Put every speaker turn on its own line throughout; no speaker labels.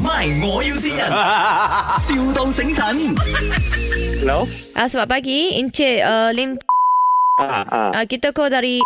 MY，我要先人，,笑到醒神。
Hello?
Ah, selamat pagi. Encik uh, Lim
Ah, ah,
uh, kita call dari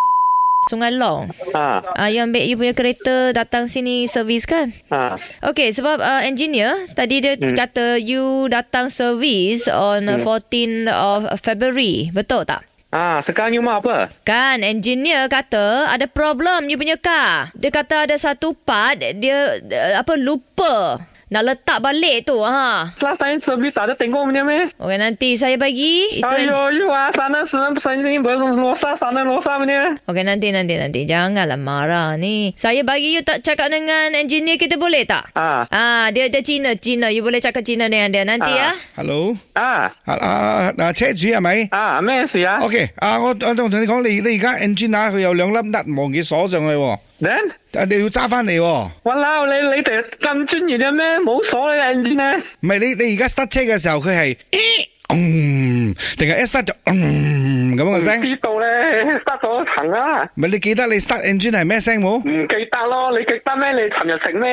Sungai Long.
ah,
Ah, you ambil you punya kereta datang sini servis kan?
ah.
Okay, sebab uh, engineer tadi dia hmm. kata you datang servis on hmm. 14 of February. Betul tak?
Ah, sekarang you mak apa?
Kan, engineer kata ada problem you punya car. Dia kata ada satu part dia uh, apa lupa nak letak balik tu. Ha.
Last time service ada tengok punya meh.
Okey, nanti saya bagi. Itu engi-
Ayo, you ah, sana senang pesan sini belum losa sana losa punya.
Okey nanti nanti nanti janganlah marah ni. Saya bagi you tak cakap dengan engineer kita boleh tak?
Ah,
Ah dia dia Cina Cina you boleh cakap Cina dengan dia nanti
Ah.
ah. ya.
Hello，À,
ah,
啊啊啊車主係咪
啊，咩事啊
à ？OK，啊 à, 我我同你講，你你而家 engine 啊，佢有兩粒粒忘記鎖上去喎，
？Then，
啊你要揸翻嚟喎。
我撈你，你哋咁專業嘅咩？冇鎖你 engine 咧。
唔係你你而家塞車嘅時候，佢係咦嗯，定係一塞就嗯咁嘅聲？
知道咧，塞咗層啦。
唔係你記得你塞 engine 係咩聲冇？
唔記得咯，你記得咩？你尋日食咩？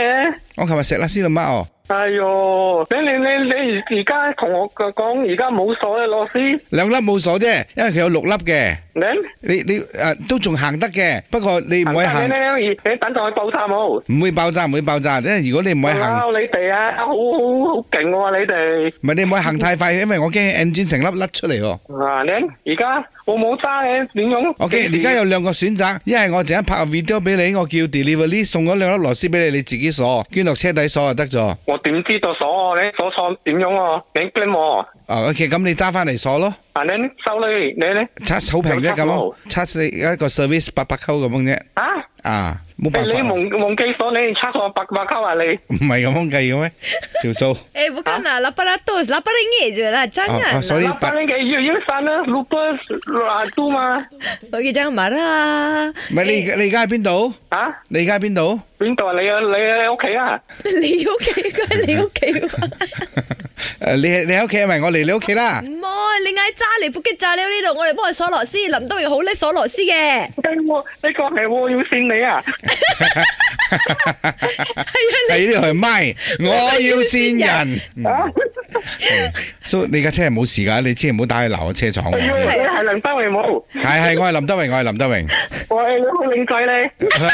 我琴日食啦，斯老媽哦。
哎呦，你你你你而而家同我講，而家冇鎖你螺絲。
兩粒冇鎖啫，因為佢有六粒嘅。
Then，
你你誒、啊都仲行得嘅，不過你唔可以行
你，你你等陣去爆炸冇？
唔會爆炸，唔會爆炸。因為如果你唔可以行。
Wow, 你哋啊，好-好-好勁喎，你哋。
唔係你唔可以行太快，因為我驚 engine 成粒甩出嚟喎。
Ờ, 啊，你而家我冇揸嘅，點樣？
OK，而家有兩個選擇，一係我陣間拍個 video 俾你，我叫 delivery 送嗰兩粒螺絲俾你，你自己鎖，捐落車底鎖就得咗。
我點知道鎖我呢？鎖錯點樣喎？你blame我。啊，你收你，你呢？
啊，OK，咁你揸翻嚟鎖咯，
À,
測好平啫咁
有
樣，測你一個 service 八百溝咁樣啫。
啊？
啊，冇辦法，
你-你忘-忘記鎖，你測我白白鳩啊，你。
唔係咁樣計嘅咩？條數
Eh bukan
Ah.
lah 800 8 ringgit je lah jangan.
Ah, ah, sorry.
嗱，
白-
翻緊嘅，要-要散啦，Lupus，啊，都嘛。啊？邊度啊你？
Okey jangan marah.
唔係你而家你而家喺邊度？ 你而家喺邊度？
你屋企啊？
你 okey kan ni okey.
誒，你係你喺屋企，咪我嚟你屋企啦。
Mo ni ngai cha le bukit cha le ni dong oi bo so lo si lam dong hou le so lo si eh. ge.
跟我，呢個係我要線你啊。
係呢度係咪？我要線人。
啊？
所以你架車係冇事㗎，你千祈唔好打去鬧我車廠喎。
哎呦，你係梁德榮冇？
係 係，我係林德榮，我係林德榮。
喂，你好靚仔咧！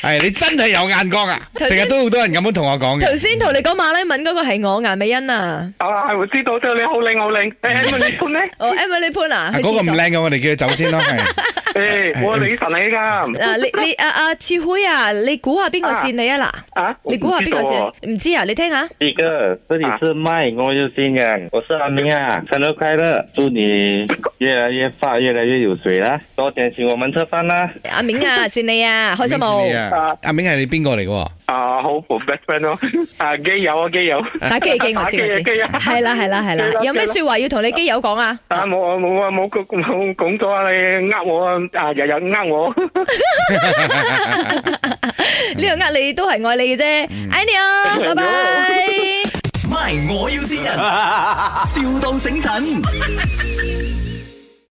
係你真係有眼光啊！
頭先
成日都好多人咁樣同我講嘅。
Đầu tiên cùng ni ko ma lai min ko ko hai ngo ngan mei yin ah.
啊，係我知道，即係你好靚好靚。誒，咁你潘咧？
Oh Emily Pun ah.
啊嗰個唔靚嘅，我哋叫佢走先咯。係
誒，我李晨嚟噶。
啊，你你啊啊，次輝啊，你估下邊個線你啊嗱？
啊，
你估下邊個線？唔知啊，你聽下。
一个，这里是麦，我有新人，我是阿明啊，生日快乐，祝你越来越发，越来越有水啦，多点请我们吃饭啦。
阿明啊，線你啊， 開心
你
冇？
啊阿明係你邊個嚟嘅喎？
啊，好，我 best friend 咯。啊，基友啊，基友。
打機機，我
打
知
機啊
我知。
機啊
係啦係啦係
機
啦
啦，
有咩
機啦
説話要同你基友講啊？
啊，冇啊，冇啊，冇講冇講咗啊！你呃我啊，啊，日日呃我。
呢個呃你都係愛你嘅啫，愛你哦，拜拜。
MY，我要先人，,笑到醒神。